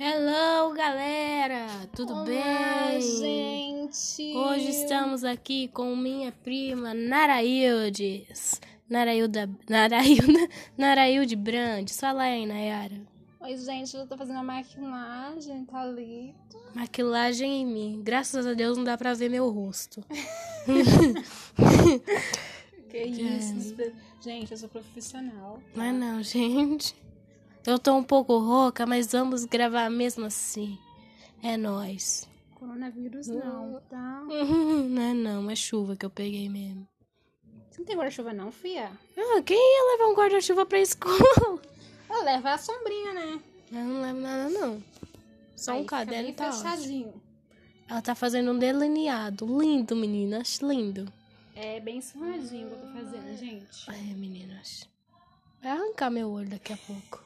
Hello, galera! Tudo Olá, bem? gente! Hoje estamos aqui com minha prima Naraildes. Narailda. Narailda. Narailde Brandes. Fala aí, Nayara. Oi, gente, eu tô fazendo a maquinagem, tá ali. Maquilagem em mim. Graças a Deus não dá pra ver meu rosto. É. Que isso? espe- Gente, eu sou profissional. Mas não, gente. Eu tô um pouco rouca, mas vamos gravar mesmo assim. É nóis. Coronavírus Hum. não, tá? Não é não, é chuva que eu peguei mesmo. Você não tem guarda-chuva não, fia? Ah, quem ia levar um guarda-chuva pra escola? Ah, leva a sombrinha, né? Eu não levo nada, não. Só Aí um fica caderno bem tá ótimo. fechadinho. Ela tá fazendo um delineado. Lindo, meninas. Lindo. É bem esfumadinho que eu tô fazendo, gente. Ai, meninas. Vai arrancar meu olho daqui a pouco.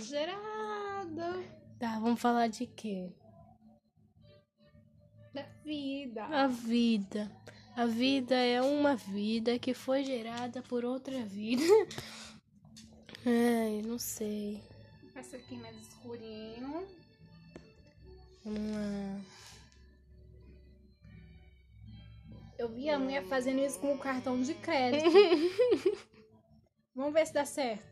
Gerada Tá, vamos falar de quê? da vida. A vida. A vida é uma vida que foi gerada por outra vida. Ai, não sei. Essa aqui mais escurinho. Vamos lá. Eu vi a mulher fazendo isso com o cartão de crédito. Vamos ver se dá certo.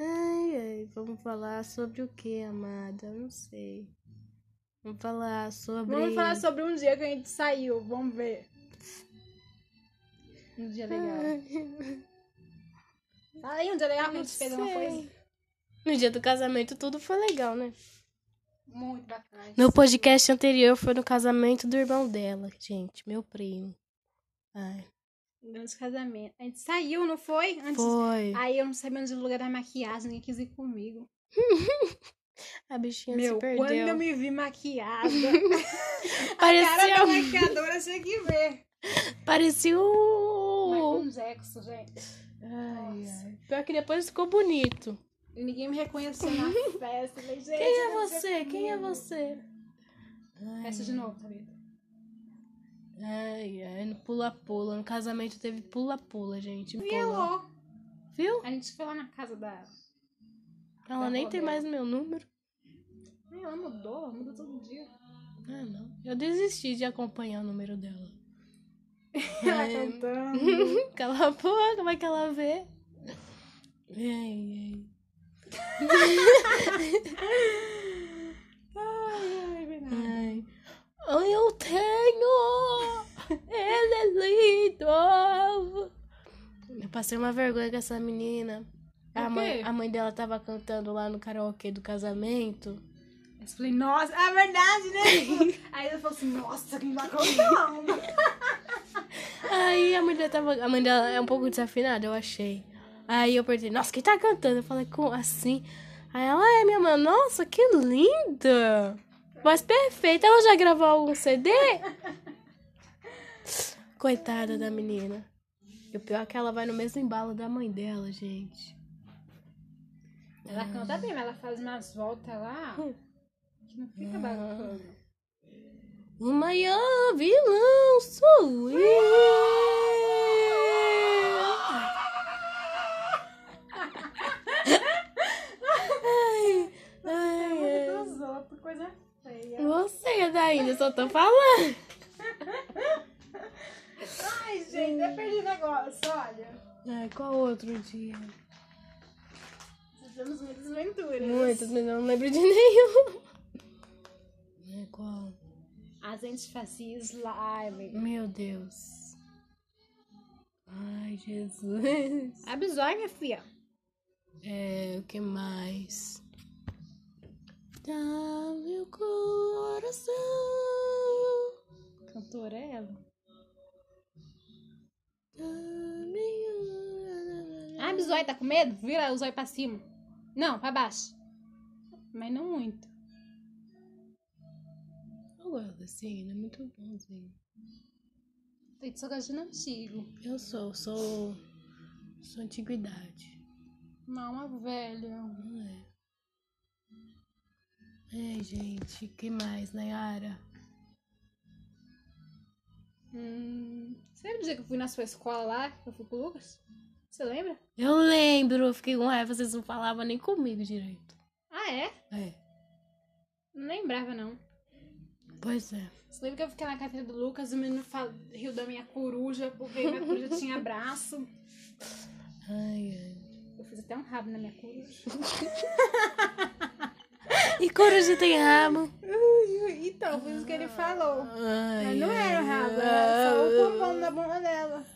Ai, ai, vamos falar sobre o que, amada? Eu não sei. Vamos falar sobre. Vamos falar sobre um dia que a gente saiu, vamos ver. Um dia Ah, legal. Fala aí, um dia legal que a gente fez uma coisa No dia do casamento tudo foi legal, né? muito bacana. Meu podcast anterior foi no casamento do irmão dela, gente, meu primo. Ai, um Antes do casamento. A gente saiu, não foi? Antes... foi. Aí eu não sabia onde o lugar da maquiagem, ninguém quis ir comigo. A bichinha Meu, se quando eu perdeu. me vi maquiada, a cara da Parecia, um- maquiadora tinha que ver. parecia um- o... Michael Jackson, gente. Ai, ai. Pior que depois ficou bonito. Ninguém me reconheceu na festa. Falei, gente, Quem é não sei você? Quem é comigo. você? Ai, Festa de novo, tá Thalita. ai, ai, no pula-pula. No casamento teve pula-pula, gente. Pula. Violou. Viu? A gente foi lá na casa da Ela nem tem Rodela. mais meu número. Ai, Ela mudou, ela muda todo dia. Ah, não. Eu desisti de acompanhar o número dela. Ela cantando. Cala a boca, como é que ela vê? Ei, ei. Ai, ai, verdade. Ai. Ai, eu tenho! Ele é lindo! Eu passei uma vergonha com essa menina. Por A mãe, quê? a mãe dela tava cantando lá no karaokê do casamento. Eu falei, nossa, é verdade, né? Aí eu falei assim, nossa, que bacana. Aí a mãe dela tava. A mãe dela é um pouco desafinada, eu achei. Aí eu perguntei, nossa, quem tá cantando? Eu falei, como assim? Aí ela é minha mãe, nossa, que linda! Voz perfeita, ela já gravou algum CD? Coitada da menina. E o pior é que ela vai no mesmo embalo da mãe dela, gente. Ela canta bem, mas ela faz umas voltas lá que não fica bacana. O maior vilão sou eu! Ai, ai, ai. Muito É um dos outros, coisa feia. Você ainda, só tô falando. Ai, gente, eu perdi o negócio, olha. Ai, qual outro dia? Tivemos muitas aventuras. Muitos, mas eu não lembro de nenhum. Ai, qual? A gente fazia slime. Meu Deus. Ai, Jesus. Abre os olhos, minha filha. É, o que mais? Dá meu coração, Cantora é ela. dá minha... Abre os olhos, tá com medo? Vira os olhos pra cima. Não, pra baixo. Mas não muito. Eu gosto desse hino, é muito bonzinho. Eu sou gajando antigo. Eu sou, sou, sou antiguidade. Mama velha. Não é? Ai, gente, que mais, Nayara? Hum, você lembra do dia que eu fui na sua escola lá? Eu fui com o Lucas? Você lembra? Eu lembro, eu fiquei com raiva, vocês não falavam nem comigo direito. Ah, é? É. Não lembrava, não. Pois é. Você lembra que eu fiquei na carteira do Lucas, o menino fal- riu da minha coruja, porque minha coruja tinha braço. Ai, ai. Eu fiz até um rabo na minha coruja. E coruja tem rabo. Então, foi isso que ele falou. Ai, Mas não ai, era o rabo, era só o pompom na bomba dela.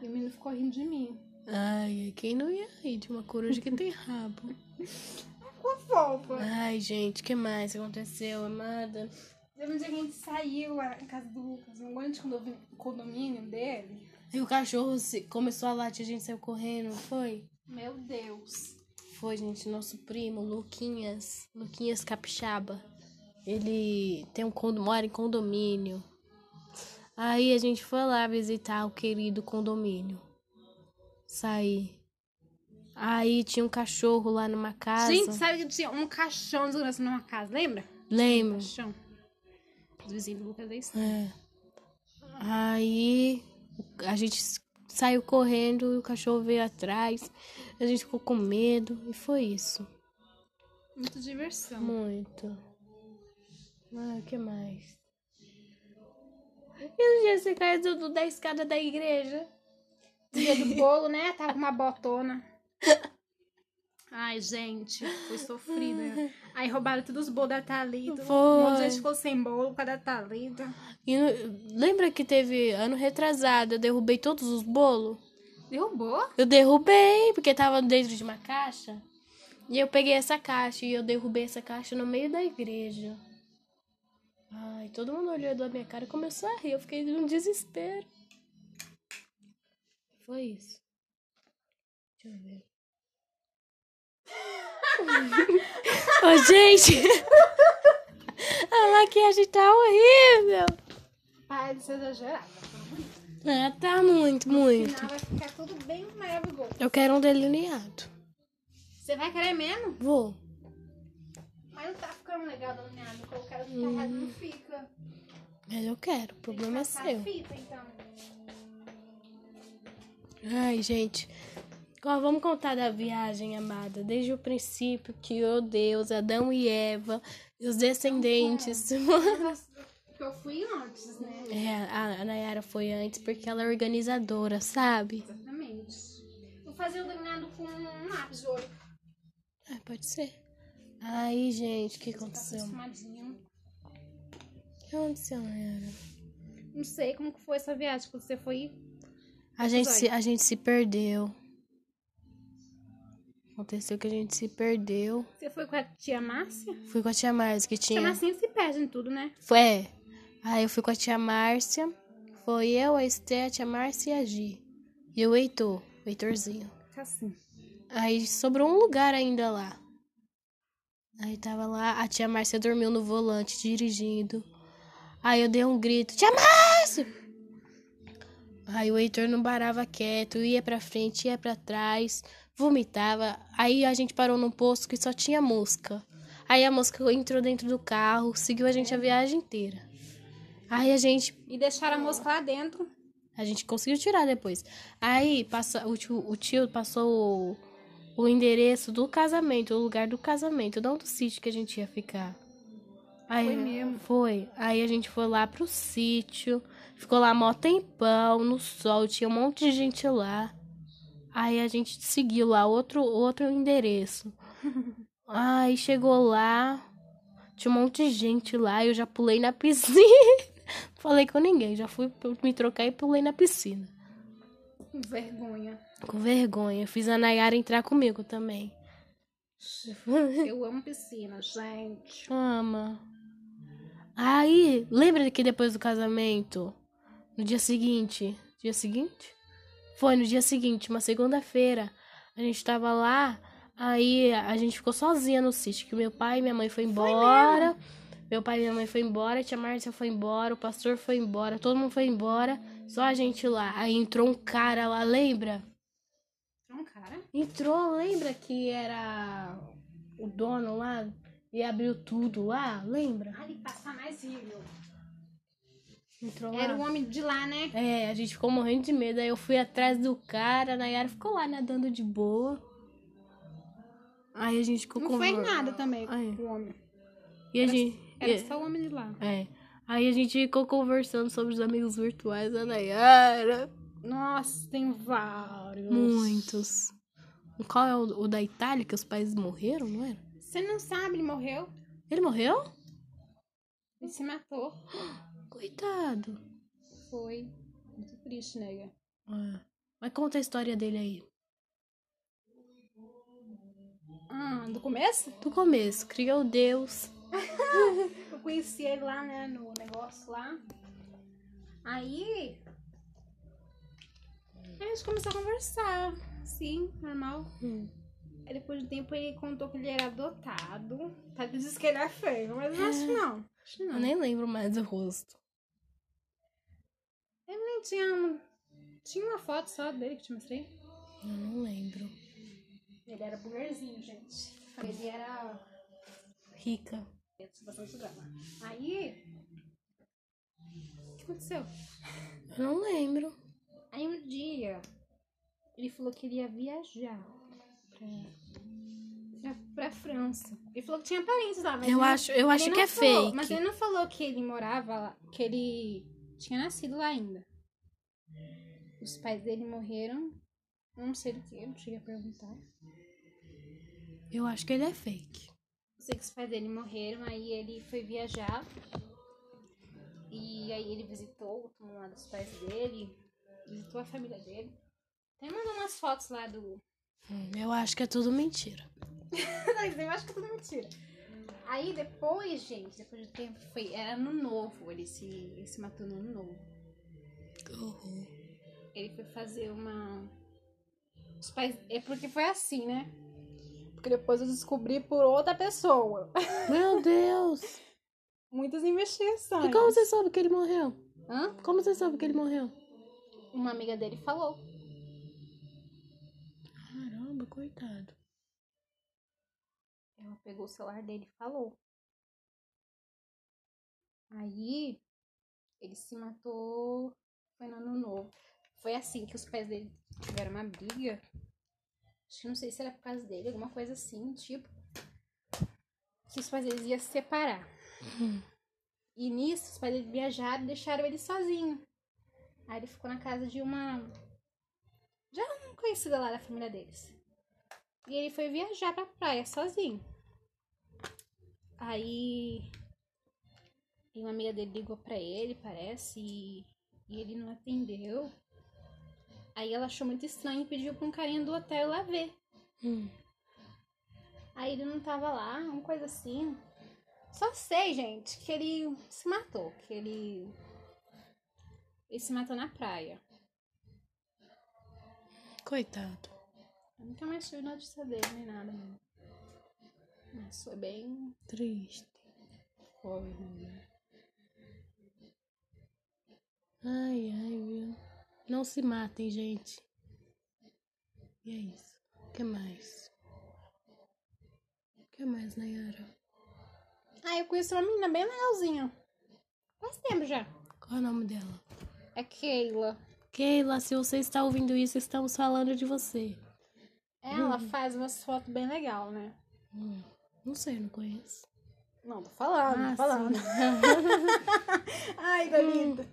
E o menino ficou rindo de mim. Ai, ai, quem não ia rir de uma coruja que tem rabo? Ficou fofa. Ai, gente, o que mais aconteceu, amada? Teve um dia que a gente saiu lá na casa do Lucas, num grande condovi- condomínio dele. E o cachorro se- começou a latir, a gente saiu correndo, foi? Meu Deus. Foi, gente, nosso primo, Luquinhas. Luquinhas Capixaba. Ele tem um condo, mora em condomínio. Aí a gente foi lá visitar o querido condomínio. Sair. Aí tinha um cachorro lá numa casa. Gente, sabe que tinha um caixão desgraçado numa casa, lembra? Lembro. Caixão. Os vizinhos do Lucas é isso. É. Aí a gente s- saiu correndo e o cachorro veio atrás. A gente ficou com medo e foi isso. Muita diversão. Muito. Ah, o que mais? E o dia que você caiu do, do- da escada da igreja? Dia do bolo, né? Tava com uma botona. Ai, gente, foi sofrida. Aí roubaram todos os bolos da Thalita. Foi. Um monte de gente ficou sem bolo por causa da Thalita. E no- lembra que teve ano retrasado, eu derrubei todos os bolos? Derrubou? Eu derrubei, porque tava dentro de uma caixa. E eu peguei essa caixa e eu derrubei essa caixa no meio da igreja. Ai, todo mundo olhou da minha cara e começou a rir. Eu fiquei num desespero. Foi isso. Deixa eu ver. Ô, gente! A maquiagem tá horrível! Para de ser exagerada. Ah, tá muito, No muito. final vai ficar tudo bem maravilhoso. Eu quero um delineado. Você vai querer mesmo? Vou. Mas não tá ficando legal dominado. Colocar os enterrados não fica. Mas eu quero, o Tem que problema é passar a seu. fita, então. Ai, gente. Ó, vamos contar da viagem, amada. Desde o princípio, criou Deus, Adão e Eva, e os descendentes. Porque eu fui antes, né? É, a, a Nayara foi antes porque ela é organizadora, sabe? Exatamente. Vou fazer o dominado com um lápis de olho. Ah, pode ser. Ai, gente, o que Tá aconteceu? acostumadinho. O que aconteceu, Nayara? Não sei como que foi essa viagem quando você foi. Tá A gente, se, a gente se perdeu. Aconteceu que a gente se perdeu. Você foi com a tia Márcia? Fui com a tia Márcia, que Tia tinha. Márcia sempre se perde em tudo, né? Foi. é. Aí eu fui com a tia Márcia. Foi eu, a Esté, a tia Márcia e a Gi. E o Heitor, o Heitorzinho. Fica assim. Aí sobrou um lugar ainda lá. Aí tava lá, a tia Márcia dormiu no volante, dirigindo. Aí eu dei um grito, tia Márcia! Aí o Heitor não parava quieto, ia pra frente, ia pra trás, vomitava. Aí a gente parou num posto que só tinha mosca. Aí a mosca entrou dentro do carro, seguiu a gente a viagem inteira. Aí a gente E deixaram a mosca lá dentro. a gente conseguiu tirar depois. Aí passa, o, tio, o tio passou o, o endereço do casamento, o lugar do casamento, não do sítio que a gente ia ficar. Aí, Foi mesmo? Foi. Aí a gente foi lá pro sítio, ficou lá mó tempão, no sol, tinha um monte de gente lá. Aí a gente seguiu lá outro, outro endereço. Aí chegou lá, tinha um monte de gente lá, eu já pulei na piscina. Falei com ninguém, já fui me trocar e pulei na piscina. Com vergonha. Com vergonha, fiz a Nayara entrar comigo também. Eu amo piscina, gente. Chama. Aí, lembra que depois do casamento, no dia seguinte, dia seguinte? Foi no dia seguinte, uma segunda-feira, a gente tava lá, aí a gente ficou sozinha no sítio, que meu pai e minha mãe foi embora. meu pai e minha mãe foi embora, a tia Márcia foi embora, o pastor foi embora, todo mundo foi embora, só a gente lá. Aí entrou um cara lá, lembra? Então, cara. Entrou, lembra que era o dono lá e abriu tudo lá, lembra? Ali passa mais rio. Entrou lá. Era o homem de lá, né? É, a gente ficou morrendo de medo. Aí eu fui atrás do cara, a Nayara ficou lá nadando de boa. Aí a gente ficou Não com fez ver- nada também Ai. com o homem. E a gente. Era e- só o homem de lá. É. Aí a gente ficou conversando sobre os amigos virtuais, a Nayara. Nossa, tem vários. Muitos. Qual é o, o da Itália, que os pais morreram, não era? Você não sabe, ele morreu. Ele morreu? Ele se matou. Coitado. Foi muito triste, né, nega. Ah, Mas conta a história dele aí. Ah, do começo? Do começo, criou Deus. Eu conheci ele lá, né, no negócio lá. Aí. aí a gente começou a conversar, sim, normal. Hum. Aí depois de um tempo ele contou que ele era adotado. Tá, ele disse que ele é feio, mas eu acho que não. Acho que Eu não. nem lembro mais do rosto. Ele nem tinha. um- Tinha uma foto só dele que eu te mostrei. Eu não lembro. Ele era burguerzinho, gente. Ele era Rica. bastante grana. Aí. O que aconteceu? Eu não lembro. Aí um dia ele falou que ele ia viajar pra, pra, pra França. Ele falou que tinha parentes lá, mas eu ele- acho, eu ele acho não que é falou- fake. Mas ele não falou que ele morava lá, que ele tinha nascido lá ainda. Os pais dele morreram. Eu Não sei do que, eu não cheguei a perguntar. Eu acho que ele é fake. Eu sei que os pais dele morreram, aí ele foi viajar. E aí ele visitou o lá dos pais dele, visitou a família dele. Até mandou umas fotos lá do, Hum, Eu acho que é tudo mentira. Mas eu acho que é tudo mentira. Aí depois, gente, depois de tempo, foi, era no novo, ele se, ele se matou no ano novo. Ele foi fazer uma. Os pais. É porque foi assim, né? Porque depois eu descobri por outra pessoa. Meu Deus! Muitas investigações. E como você soube que ele morreu? Hã? Como você soube que ele morreu? Uma amiga dele falou. Caramba, coitado. Ela pegou o celular dele e falou. Aí ele se matou. Foi no ano novo. Foi assim que os pais dele tiveram uma briga. Acho que não sei se era por causa dele, alguma coisa assim, tipo. Que os pais deles iam se separar. E nisso, os pais dele viajaram e deixaram ele sozinho. Aí ele ficou na casa de uma. Já uma conhecida lá da família deles. E ele foi viajar pra praia sozinho. Aí. E uma amiga dele ligou pra ele, parece, e, e ele não atendeu. Aí ela achou muito estranho e pediu pra um carinha do hotel lá ver. Hum. Aí ele não tava lá, uma coisa assim. Só sei, gente, que ele se matou, que ele. Ele se matou na praia. Coitado. Eu nunca mais tive notícia dele nem nada. Mas foi bem Triste. pobre, né? Ai, ai, viu? Não se matem, gente. E é isso. O que mais? O que mais, Nayara? Ah, eu conheci uma menina bem legalzinha. Faz tempo já. Qual é o nome dela? É Keila. Keila, se você está ouvindo isso, estamos falando de você. É, Ela faz umas fotos bem legal, né? Hum, não sei, não conheço. Não, tô falando, Ah, tô falando. sim. Ai, tá linda.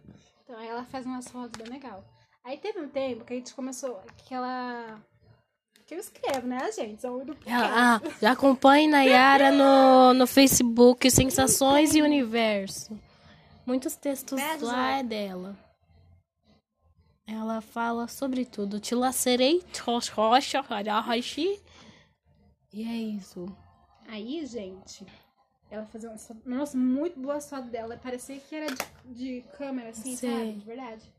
Então, ela faz umas fotos bem legal. Aí teve um tempo que a gente começou aquela... Que eu escrevo, né, gente? São muito pequenas. Ela- ah, já acompanhe Nayara no, no Facebook Sensações e Universo. Muitos textos Beijos, lá é dela. Ela fala sobre tudo. Te lacerei, tos- rocha, harahashi. E é isso. Aí, gente, ela fazia umas fotos... Nossa, muito boas fotos dela. Parecia que era de, de câmera, assim, Sei. sabe? De verdade.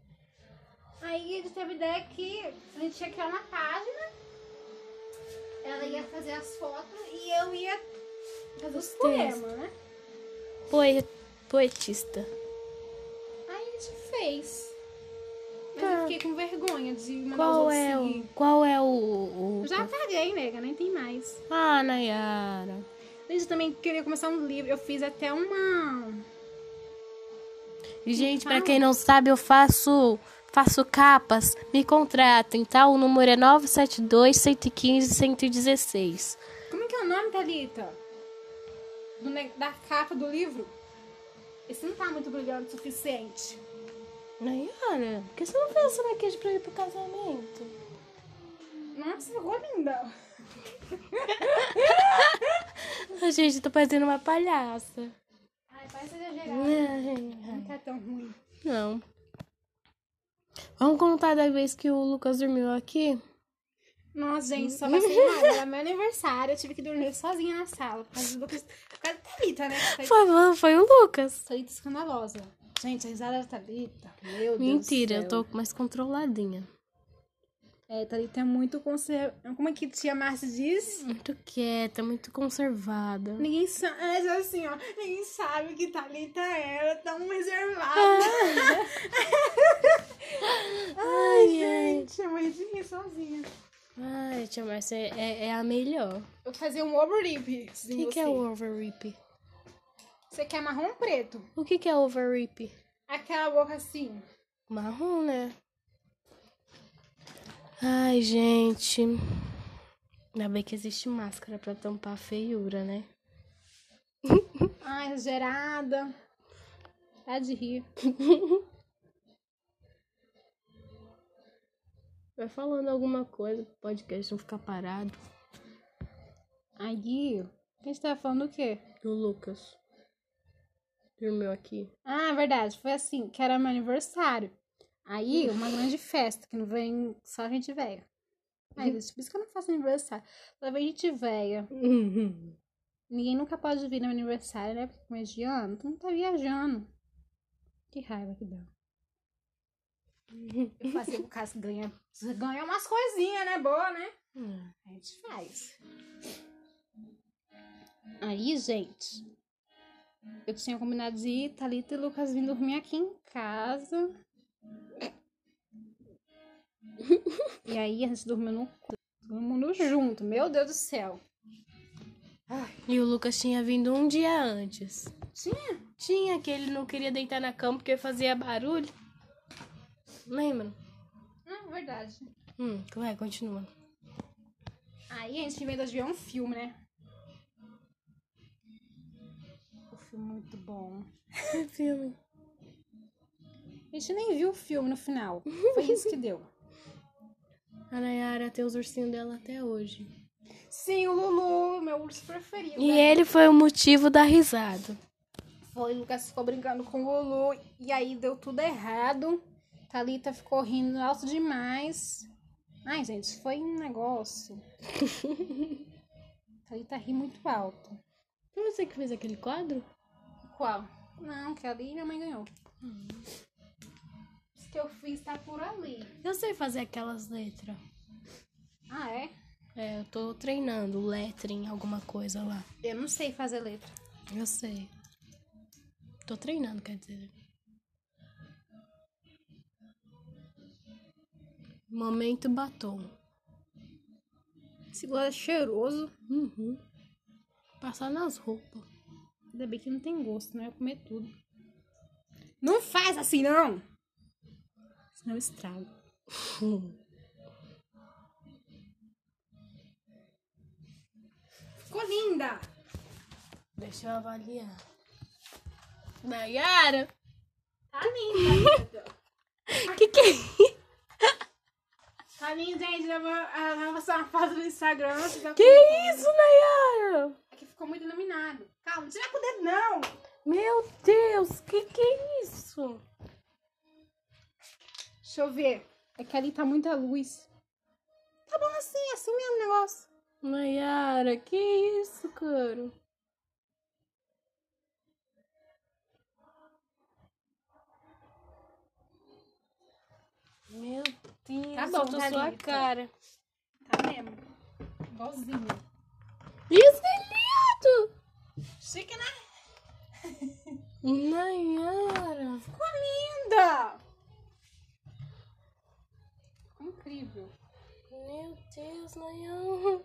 Aí a gente teve a ideia que a gente ia criar uma página. Ela ia fazer as fotos e eu ia fazer os poemas, né? Poe- poetista. Aí a gente fez. Mas Tá. eu fiquei com vergonha de mandar os Qual outros é o. seguir. Qual é o. o- Eu Já apaguei, nega, nem tem mais. Ah, Nayara. A gente também queria começar um livro. Eu fiz até uma. Gente, pra quem não sabe, eu faço faço capas. Me contratem, tá? O número é 972 115 116. Como é que é o nome, Thalita? Do ne- da capa do livro? Esse não tá muito brilhante o suficiente. Nayara, por que você não fez essa maquiagem pra ir pro casamento? Nossa, ficou linda. A gente tá parecendo uma palhaça. Ai, parece exagerado. Não Ai, tá tão ruim. Não. Vamos contar da vez que o Lucas dormiu aqui? Nossa, gente, só passei mal. Era meu aniversário, eu tive que dormir sozinha na sala. Por causa do Lucas. Por causa da Thalita, né? Foi Foi, foi o Lucas. Thalita escandalosa. Gente, a risada da Thalita. Meu Deus. Mentira, do eu céu. tô mais controladinha. É, Thalita é muito conserva. Como é que tia Márcia diz? Muito quieta, muito conservada. Ninguém sabe. É assim, ó. Ninguém sabe que Thalita era tão reservada. Ai, gente, eu morri de rir sozinha. Ai, tia Márcia é, é- é a melhor. O Eu vou fazer um overlip. O que, que é overrip? assim. Você quer marrom ou preto? O que, que é overrip? Aquela boca assim. Marrom, né? Ai, gente. Ainda bem que existe máscara pra tampar a feiura, né? Ai, exagerada. Tá de rir. Vai falando alguma coisa pro podcast não ficar parado. Ai, Gui. A gente tava falando do quê? E o Lucas dormiu aqui. Ah, é verdade. Foi assim, que era meu aniversário. Aí, uma grande festa, que não vem só gente velha. Aí, por isso que eu não faço aniversário. Só vem gente velha. Ninguém nunca pode vir no meu aniversário, né? Porque começo de ano, tu não tá viajando. Que raiva que dá. Eu faço o caso ganha, ganha umas coisinhas, né? Boa, né? A gente faz. Aí, gente, eu tinha combinado de ir, Thalita e Lucas vim dormir aqui em casa. e aí a gente dormiu no quarto, todo mundo junto. Meu Deus do céu. E o Lucas tinha vindo um dia antes. Tinha? Tinha que ele não queria deitar na cama porque fazia barulho. Lembra? Ah, verdade. Hum, vai, continua. Aí a gente inventou de ver um filme, né? Um filme muito bom. filme. A gente nem viu o filme no final. Foi isso que deu. A Nayara tem os ursinhos dela até hoje. Sim, o Lulu, meu urso preferido. E né? ele foi o motivo da risada. Foi, o Lucas ficou brincando com o Lulu e aí deu tudo errado. Thalita ficou rindo alto demais. Ai, gente, foi um negócio. Thalita ri muito alto. Foi você que fez aquele quadro? Qual? Não, que ali minha mãe ganhou. Isso que eu fiz tá por ali. Eu sei fazer aquelas letras. Ah, é? É, eu tô treinando lettering, alguma coisa lá. Eu não sei fazer letra. Eu sei. Tô treinando, quer dizer. Momento batom. Esse gosto é cheiroso. Uhum. Passar nas roupas. Ainda bem que não tem gosto, né? Eu ia comer tudo. Não faz assim, não! Senão eu estrago. Ficou linda! Deixa eu avaliar. Nayara! Tá linda! Que que é tá linda, gente. Eu vou, ah, eu vou passar uma foto no Instagram. Então isso, Nayara? Aqui ficou muito iluminado. Calma, não tira com o dedo, não! Meu Deus, que que é isso? Deixa eu ver. É que ali tá muita luz. Tá bom assim, assim mesmo o negócio. Nayara, que isso, cara? Meu Deus, Tá bom, soltou sua Thalita. cara. Tá mesmo. Igualzinho. Isso é Chique, né? lindo! Nayara. Ficou linda! Ficou incrível. Meu Deus, Nayara.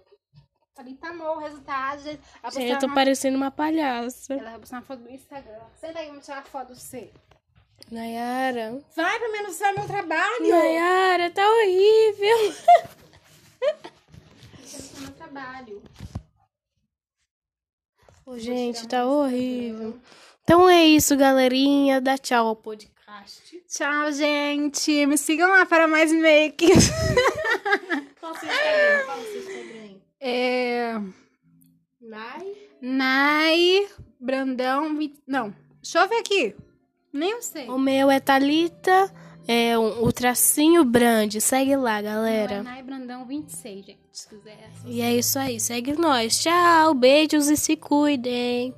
Ali tá bom o resultado. gente. Ela vai Gente, eu postar tô uma- parecendo uma palhaça. Ela vai postar uma foto no Instagram. Senta aí, vamos tirar uma foto do C. Nayara. Vai, pelo menos vai meu trabalho. Nayara, tá horrível. Isso é meu trabalho. Ô, gente, tá horrível. Então é isso, galerinha. Dá tchau ao podcast. Tchau, gente. Me sigam lá para mais makes. Qual o seu Instagram? Qual o seu Instagram? É... Nay? Nai Brandão. vi- Não, deixa eu ver aqui. Nem eu sei. O meu é Thalita, é o, o tracinho brand. Segue lá, Meu é galera. Nai Brandão 26, gente. Se quiser. E é isso aí. Segue nós. Tchau, beijos e se cuidem.